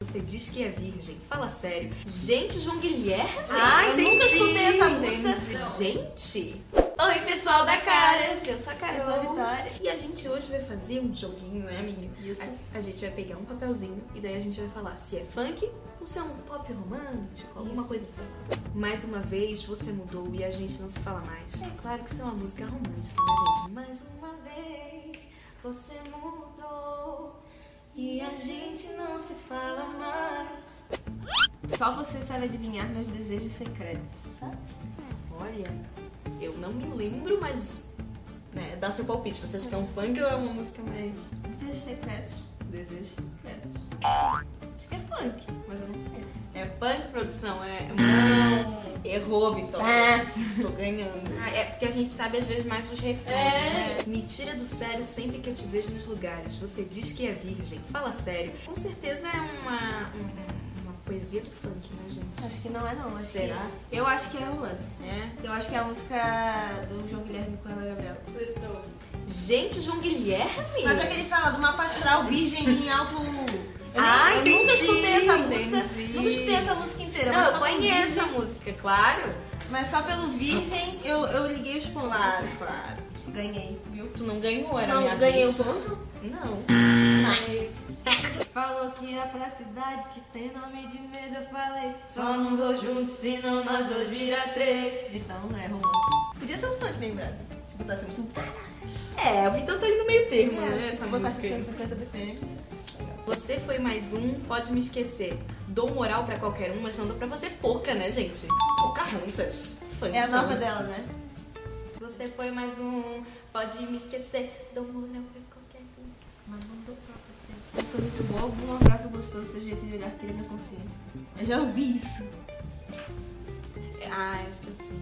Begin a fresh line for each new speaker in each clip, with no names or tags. Você diz que é virgem. Fala sério. Gente, João Guilherme?
Ah,
eu nunca
entendi,
escutei essa
entendi.
música. Gente!
Oi, pessoal da Caras! Eu sou a
Eu
Caras,
sou a
sou Vitória.
E a gente hoje vai fazer um joguinho, né, amiguinho?
Isso.
A, a gente vai pegar um papelzinho e daí a gente vai falar se é funk ou se é um pop romântico, alguma
Isso.
coisa assim. Mais uma vez você mudou e a gente não se fala mais. É claro que isso é uma música romântica, né, gente? Mais uma vez você mudou e a gente não se fala mais.
Só você sabe adivinhar meus desejos secretos, sabe?
Olha, eu não me lembro, mas. Né, dá seu palpite. Você acha que é um funk ou é uma música mais.
Desejos secretos. Desejos secretos. Acho que é funk, mas eu não conheço.
É punk produção? É. Errou, Vitória.
Ah.
É. Tô ganhando.
Ah, é porque a gente sabe às vezes mais dos refrões. né?
É.
Me tira do sério sempre que eu te vejo nos lugares. Você diz que é virgem. Fala sério. Com certeza é uma. um- uma poesia do funk, né, gente?
Acho que não é não. Acho
Será?
Que... Eu acho que é romance.
É.
Eu acho que é a música do João Guilherme com a Ana Gabriela.
Acertou.
Gente, João Guilherme?
Mas é que ele fala do mapa astral virgem em alto. Eu,
Ah,
nem- eu nunca
entendi,
escutei essa
entendi.
música. Nunca escutei essa música inteira.
Não,
mas
eu
só pelo
conheço a
virgem-
música, claro.
Mas só pelo virgem eu, eu liguei os pontos.
claro.
Ganhei, viu?
Tu não ganhou, era minha
Não, ganhei o
vez.
ponto? Tá.
Não.
Mas
Falou que ia pra cidade que tem nome de mesa, eu falei. Só não vou juntos, senão nós dois vira três. Então não é romance. Podia ser um funk lembrado. Se botasse um tubo.
É, o Vitão tá ali no meio termo, né?
se
Essa
botasse
música aí.
150 BPM.
Você foi mais um, pode me esquecer. Dou moral pra qualquer um, mas não dou pra você pouca, né, gente? Pocahontas. Foi
É a
samba.
nova dela, né?
Você foi mais um, pode me esquecer. Dou moral pra qualquer um.
Mas não dou pra você. Um sorriso bobo, um abraço gostoso, seu jeito de olhar que minha consciência. Eu já ouvi isso.
Ah, eu esqueci.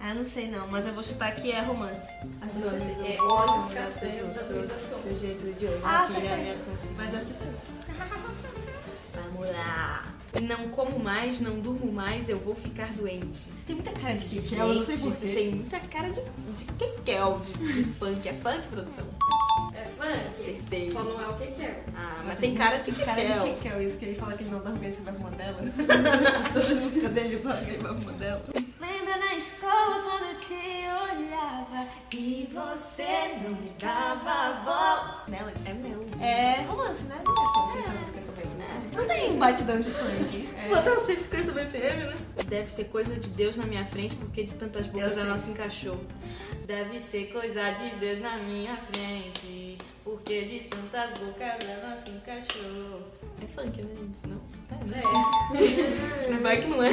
Ah, eu não sei não, mas eu vou chutar que é romance.
As
Nunca
suas
sei.
é olhos castanhos da luz azul.
O jeito de olhar
Ah,
que
acertei.
a minha consciência.
Mas é essa foi.
Vamos lá. Não como mais, não durmo mais, eu vou ficar doente.
Isso tem muita cara de que
Gente, isso tem muita cara de, de kekel, de, de funk. É funk, produção?
É funk.
Acertei.
Só não é o que que é.
Ah, mas tem cara de
Cara de
kekel.
que que é isso que ele fala que ele não dorme bem, você vai arrumar dela? Todas as músicas dele ele fala que ele vai arrumar dela. Lembra na escola quando eu te olhava e
você não me dava bola.
Melody.
É Melody.
É romance, né? Não é funk essa música também, né? Não tem um batidão de funk.
Se botar uns 150 BPM, né? é. Deve ser coisa de Deus na minha frente, porque de tantas
Eu
bocas
sei.
a nossa encaixou. Deve ser coisa de Deus na minha frente, porque de tantas bocas a nossa encaixou. É funk, né, gente? Não? É, né?
É.
Não Vai que não é.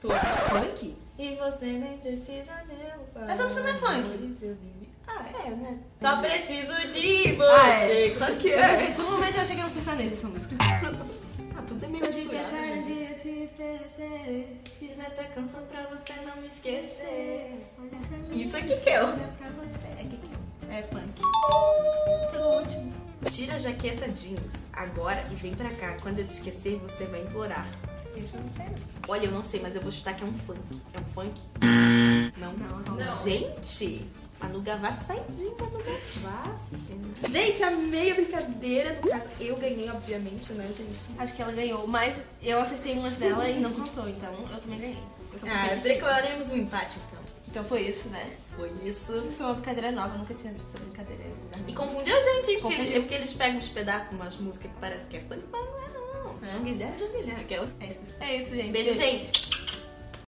Tu é funk?
E você nem precisa meu pai.
Essa música não é funk?
Ah, é, né? Só preciso de você.
Ah, é.
Claro que
Eu
é.
pensei, por um momento eu achei que era um sertanejo essa música.
Ah, tudo é meio
Só de
misturado,
pensar
gente.
um dia eu te perder. Fiz essa canção pra você não me esquecer. Olha pra mim.
Isso é que que é o-
Olha pra você. É que que é o- É funk.
é
Pelo último.
Tira a jaqueta jeans agora e vem pra cá. Quando eu te esquecer, você vai implorar.
Isso eu não sei.
Olha, eu não sei, mas eu vou chutar que é um funk. É um funk? Não,
Não,
não.
não.
Gente! Manu Gavassi, saidinha pra Manu Gavassi.
Gente, amei a brincadeira.
No caso, eu ganhei, obviamente, né, gente?
Acho que ela ganhou, mas eu acertei umas dela e não contou, então eu também ganhei. Eu sou
Ah,
competitiva.
declaremos um empate, então.
Então foi isso, né?
Foi isso.
Foi uma brincadeira nova, eu nunca tinha visto essa brincadeira. em
E
lugar nenhum.
confundiu a gente, hein? porque,
Confundiu.
eles- porque eles pegam uns pedaços de umas músicas que parece que é funk, mas não é, não.
É.
Guilherme de Guilherme, aquela.
É isso, é isso gente.
Beijo, gente.